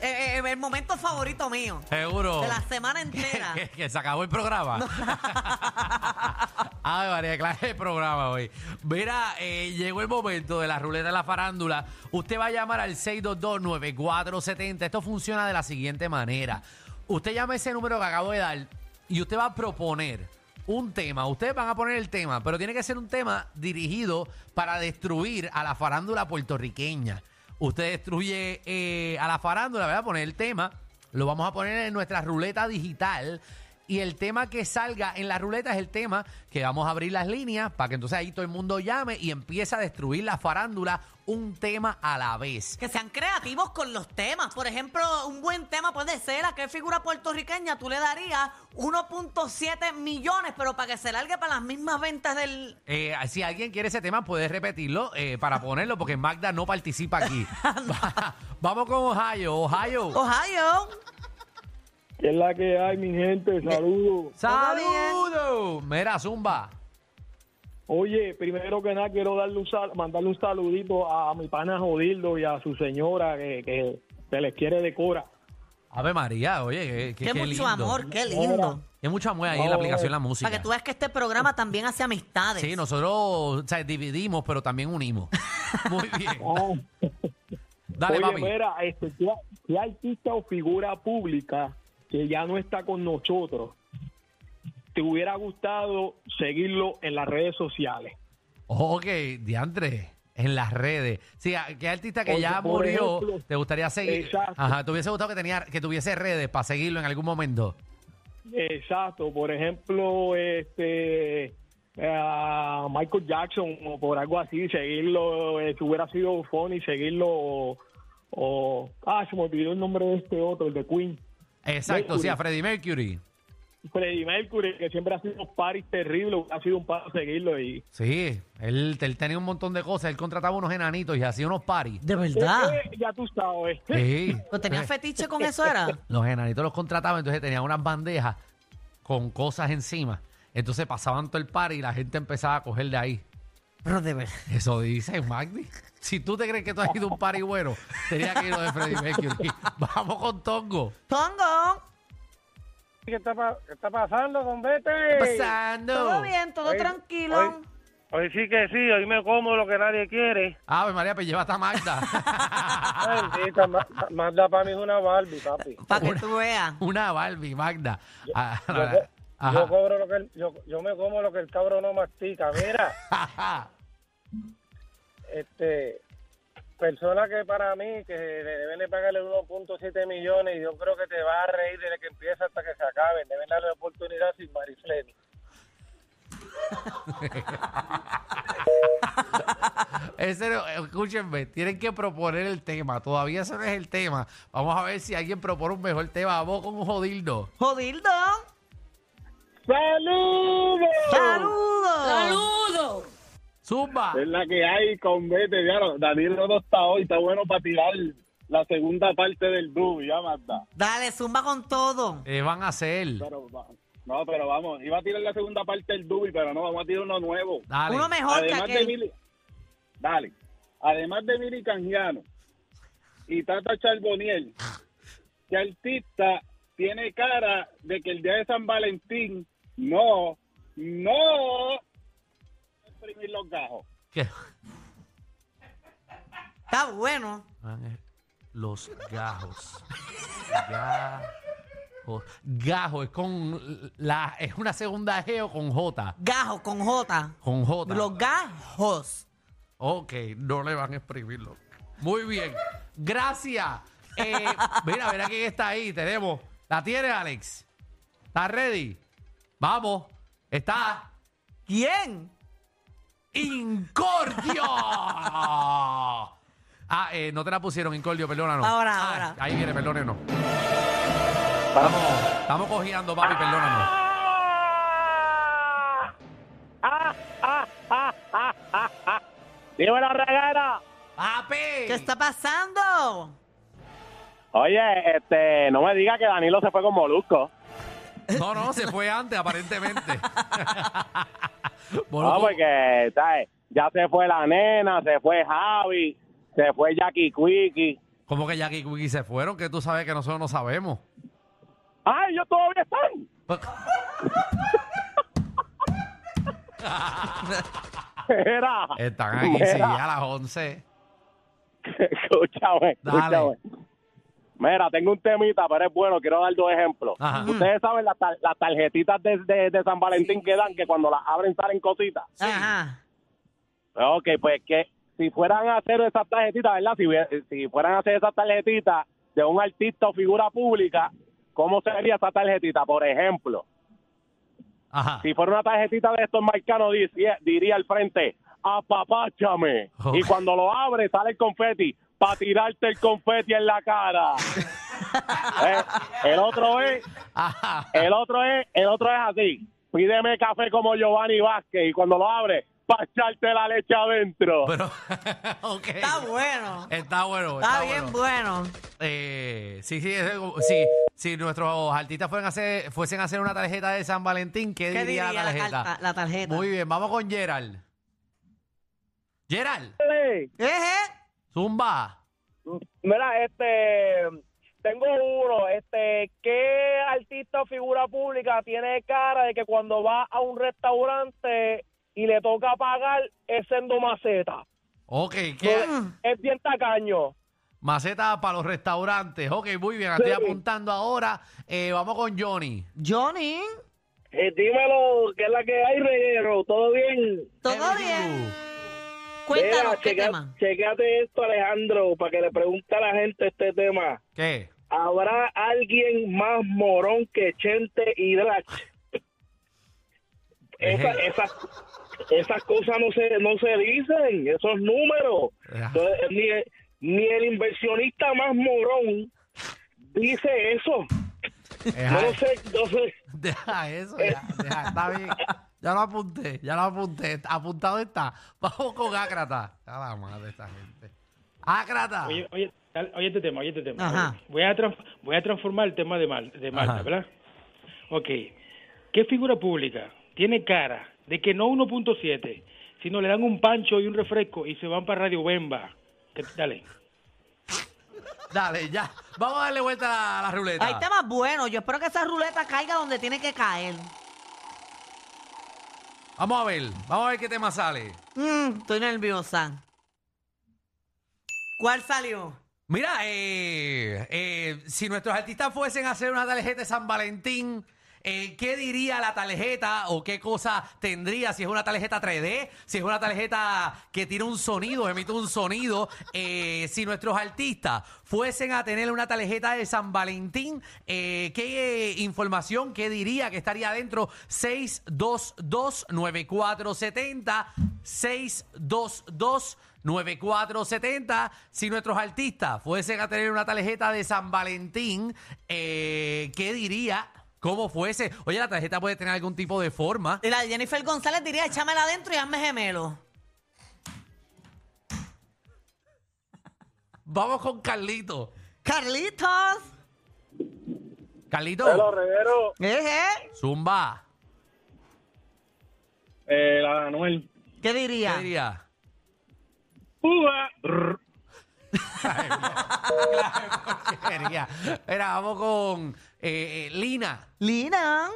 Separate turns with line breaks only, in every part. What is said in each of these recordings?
Eh, eh, el momento favorito mío.
Seguro.
De la semana entera.
que, que se acabó el programa. Ay, María, clase de programa hoy. Mira, eh, llegó el momento de la ruleta de la farándula. Usted va a llamar al 622-9470. Esto funciona de la siguiente manera. Usted llama ese número que acabo de dar y usted va a proponer un tema. Ustedes van a poner el tema, pero tiene que ser un tema dirigido para destruir a la farándula puertorriqueña. Usted destruye eh, a la farándula, ¿verdad? Poner el tema. Lo vamos a poner en nuestra ruleta digital. Y el tema que salga en la ruleta es el tema que vamos a abrir las líneas para que entonces ahí todo el mundo llame y empiece a destruir la farándula un tema a la vez.
Que sean creativos con los temas. Por ejemplo, un buen tema puede ser a qué figura puertorriqueña tú le darías 1.7 millones, pero para que se largue para las mismas ventas del...
Eh, si alguien quiere ese tema, puedes repetirlo eh, para ponerlo porque Magda no participa aquí.
Ah,
Va- Vamos con Ohio. Ohio.
Oh, Ohio.
¿Qué es la que hay, mi gente? Saludos.
¡Saludos! Mira, Zumba.
Oye, primero que nada quiero darle un sal- mandarle un saludito a mi pana Jodildo y a su señora que, que se les quiere de cora.
Ave María, oye, qué, qué-
Qué,
qué
mucho
lindo.
amor, qué lindo.
Hay mucho amor ahí en la
Ahora,
aplicación la música.
para que tú veas que este programa también hace amistades.
Sí, nosotros o sea, dividimos, pero también unimos. Muy bien.
Ah,
Oh, Dale,
Oye,
papi.
mira, este, ¿qué, qué artista o figura pública que ya no está con nosotros te hubiera gustado seguirlo en las redes sociales?
Ok, diantre. En las redes. Sí, ¿a- ¿qué artista que
Oye,
ya
por
murió
ejemplo,
te gustaría seguir?
exacto.
Ajá, ¿te hubiese gustado que, tenía, que tuviese redes para seguirlo en algún momento?
Exacto, por ejemplo, este a Michael Jackson o por algo así, seguirlo, eh, si hubiera sido funny, seguirlo o, o- ah, se me olvidó el nombre de este otro, el de Queen,
Exacto, sí,
Mercury.
a Freddie Mercury.
Freddie Mercury, que siempre ha sido un party terrible, ha sido un paro seguirlo y
Sí, él, él tenía un montón de cosas. Él contrataba unos enanitos y hacía unos paris.
De verdad.
Eh, ya tú sabes.
Sí. Eh,
¿Pero tenías fetiche con eso, era?
los enanitos los contrataban, entonces tenían unas bandejas con cosas encima. Entonces pasaban todo el par y la gente empezaba a coger de ahí.
Pero de verdad.
Eso dice Magdi. Si tú te crees que tú has ido a un par y bueno, tenía que ir lo de Freddie Mercury. Vamos con Tongo.
Tongo.
¿Qué está, pa- qué está pasando, con Vete?
Pasando.
Todo bien, Pues, ah, todo
Oye,
tranquilo.
oye. Hoy sí que sí, hoy me como lo que nadie quiere.
Ave María, pues lleva hasta Magda.
Maldita, Ma- Ma- Magda para mí es una Barbie, papi.
Para que tú veas.
Una Barbie, Magda. Ah,
Yo,
la-
co-
ajá.
yo cobro lo que el- yo, yo me como lo que el cabro no mastica. Mira,
Ajá.
este persona que para mí que le deben de pagarle 1.7 millones y yo creo que te va a reír desde que empieza hasta que se acabe. Deben darle la oportunidad sin Marifleni.
Ese no- escúchenme, tienen que proponer el tema. Todavía ese no es el tema. Vamos a ver si alguien propone un mejor tema. Vamos con un jodildo.
Jodildo.
¡Saludos!
Saludos.
Zumba.
Es la que hay con Vete, diablo. Daniel Rodo está hoy, está bueno para tirar la segunda parte del dúo, ya Marta.
Dale, zumba con todo.
Eh, van a hacer.
Pero, va- no, pero vamos, iba a tirar la segunda parte del Dubi, pero no, vamos a tirar uno nuevo.
Dale.
Uno mejor
Además
que
de
aquel.
Mili, dale, además de Mili Canjiano y Tata Charboniel, que artista tiene cara de que el día de San Valentín, no, no, exprimir los gajos.
¿Qué?
Está bueno.
Los gajos. Gajos. Gajo es con la es una segunda G o con J.
Gajo con J.
Con J.
Los gajos.
Ok, no le van a exprimirlo. Muy bien. Gracias. Eh, mira, mira quién está ahí. Tenemos. ¿La tiene Alex? ¿Está ready? Vamos. Está
¿Quién?
Incordio. Ah, eh, no te la pusieron, Incordio, perdónanos.
Ahora,
Ah,
ahora.
Ahí viene, perdónenos. Estamos, estamos cojeando, papi, perdónanos.
Ah, ¡Viva la ah, reguera!
¡Papi!
¿Qué está pasando?
Oye, este, no me digas que Danilo se fue con Molusco.
No, no, se fue antes, aparentemente. Bueno,
No, porque, ¿sabes? Ya se fue la nena, se fue Javi, se fue Jackie Quickie.
¿Cómo que Jackie y Quickie se fueron? Que tú sabes que nosotros no sabemos.
¡Ay, yo todavía están! Era.
Ah. Están aquí,
Mira,
sí, a las 11.
Escúchame,
Dale.
escúchame. Mira, tengo un temita, pero es bueno, quiero dar dos ejemplos.
Ajá.
Ustedes saben las, tar- las tarjetitas de, de- de San Valentín que dan, que cuando las abren salen cositas.
Ajá.
Ok, pues que si fueran a hacer esas tarjetitas, ¿verdad? Si, hubie- si fueran a hacer esas tarjetitas de un artista o figura pública, ¿cómo sería esa tarjetita? Por ejemplo,
Ajá.
si fuera una tarjetita de estos marcanos, diría, diría al frente, apapáchame.
Ok.
Y cuando lo abre, sale el confeti, para tirarte el confeti en la cara. Eh, el otro es,
Ajá.
el otro es, el otro es así. Pídeme café como Giovanni Vázquez y cuando lo abre, para echarte la leche adentro.
Pero, ok.
Está bueno.
Eh, Está bueno.
Está
está
bien
bueno.
bueno.
Eh, sí, sí, ese- sí. Si nuestros artistas fueran a hacer, fuesen a hacer una tarjeta de San Valentín, ¿qué,
¿Qué
diría, la tarjeta?
carta- la tarjeta?
Muy bien, vamos con Gerald. Gerald,
Dale.
¿Eh, Ejé.
zumba.
Mira, este, tengo uno, este, ¿qué artista o figura pública tiene cara de que cuando va a un restaurante y le toca pagar es siendo maceta?
Ok, ¿qué?
Mm.
Es bien tacaño.
Maceta para los restaurantes. Ok, muy bien, estoy apuntando ahora. Eh, vamos con Johnny.
Johnny,
Eh, dímelo, ¿qué es la que hay, reguero? ¿Todo bien?
todo
Everything
bien.
good.
Cuéntanos qué tema.
Checate esto, Alejandro, para que le pregunte a la gente este tema.
¿Qué?
¿Habrá alguien más morón que Chente y Drach? Esa-
Ejé.
esas, esas cosas no se, no se dicen, esos números.
Ah.
Entonces, ni, el- ni el inversionista más morón dice eso.
Deja,
No sé, no sé.
deja eso, ya, deja, está bien. Ya lo apunté, ya lo apunté. Apuntado está. Vamos con Ácrata. A la madre esta gente. Ácrata.
Oye, oye, tal- oye este tema, oye este tema.
Ajá.
Voy a, trans- voy a transformar el tema de, Mal, de Marta,
Ajá.
¿verdad? Ok. ¿Qué figura pública tiene cara de que no 1.7, sino le dan un pancho y un refresco y se van para Radio Bemba? ¿Qué- Dale.
Dale, ya. Vamos a darle vuelta a la, a la ruleta.
Hay temas buenos. Yo espero que esa ruleta caiga donde tiene que caer.
Vamos a ver, vamos a ver qué tema sale.
Mm, estoy nerviosa. ¿Cuál salió?
Mira, eh, eh, si nuestros artistas fuesen a hacer una tarjeta de San Valentín, eh, ¿qué diría la tarjeta o qué cosa tendría? Si es una tarjeta 3D, si es una tarjeta que tiene un sonido, emite un sonido. eh, si nuestros artistas fuesen a tener una tarjeta de San Valentín, eh, ¿qué eh, información, qué diría que estaría adentro? 622-9470, 622 9470. Si nuestros artistas fuesen a tener una tarjeta de San Valentín, eh, ¿qué diría? ¿Cómo fuese? Oye, la tarjeta puede tener algún tipo de forma.
Y la de Jennifer González diría, échamela adentro y hazme gemelo.
Vamos con Carlito.
Carlitos.
Carlito,
reguero,
Eh, Ejé.
Zumba.
Eh, la Anuel.
¿Qué diría?
¿Qué diría? ¿Qué diría? Mira, vamos con eh, eh, Lina.
Lina.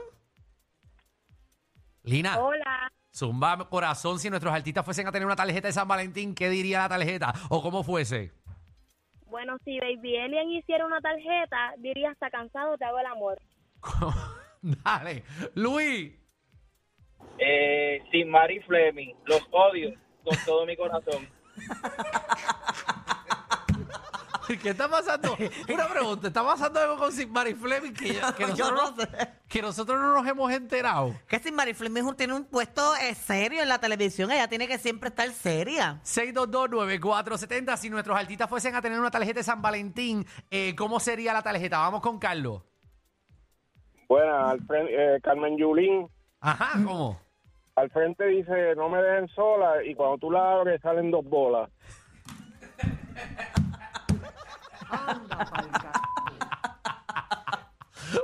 Lina. Hola. Zumba, corazón, si nuestros artistas fuesen a tener una tarjeta de San Valentín, ¿qué diría la tarjeta? ¿O cómo fuese?
Bueno, si Baby Alien hiciera una tarjeta, diría hasta cansado te hago el amor.
Dale. Luis.
sin Eh, Mary Fleming, los odio con todo mi corazón.
¿Qué está pasando? Una pregunta, ¿está pasando algo con Sigmar y Fleming que, que
Yo
nosotros,
no sé.
que nosotros no nos hemos enterado.
Que si Marifel Mijo tiene un puesto eh, serio en la televisión, ella tiene que siempre estar seria.
6229470. Si nuestros artistas fuesen a tener una tarjeta de San Valentín, eh, ¿cómo sería la tarjeta? Vamos con Carlos.
Buena, al frente, eh, Carmen Yulín,
Ajá, ¿cómo?
al frente dice, no me dejen sola, y cuando tú la abres salen dos bolas.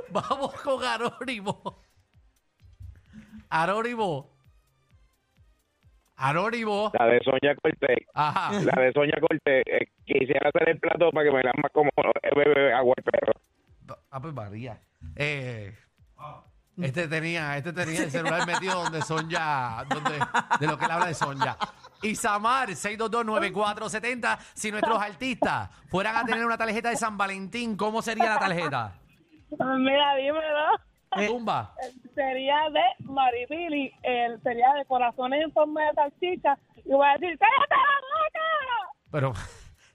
Vamos con Anónimo. Anónimo. Anónimo.
La de Sonia Cortés.
Ajá.
La de Sonia Cortés. eh, quisiera hacer el plato para que me la más como eh, bebe agua el perro.
Ah, pues María. Eh, este tenía, este tenía el celular metido donde Sonja, donde, de lo que él habla de Sonja. Isamar, 6229470. Si nuestros artistas fueran a tener una tarjeta de San Valentín, ¿cómo sería la tarjeta?
Pues Mira, dímelo.
Eh.
Tumba.
Sería de Maripili, el sería de corazones en forma de salchicha. Y voy a decir, ¡cállate la
Pero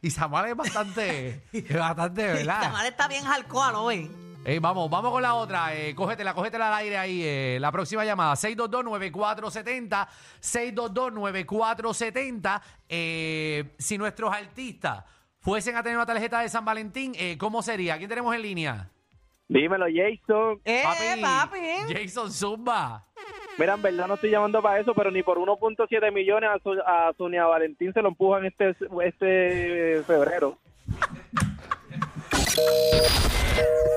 Isamar es bastante, es bastante,
La
¿verdad?
madre está bien alcohol hoy.
Eh, vamos, vamos con la otra. Eh, cógetela, cógetela al aire ahí. eh, la próxima llamada, 622-9470. 622-9470. Eh, si nuestros artistas fuesen a tener una tarjeta de San Valentín, eh, ¿cómo sería? ¿Quién tenemos en línea?
Dímelo, Jason.
Eh, papi.
Jason Zumba.
Mira, en verdad no estoy llamando para eso, pero ni por 1.7 millones a, Su- a Sonia Valentín se lo empujan este, este eh, febrero.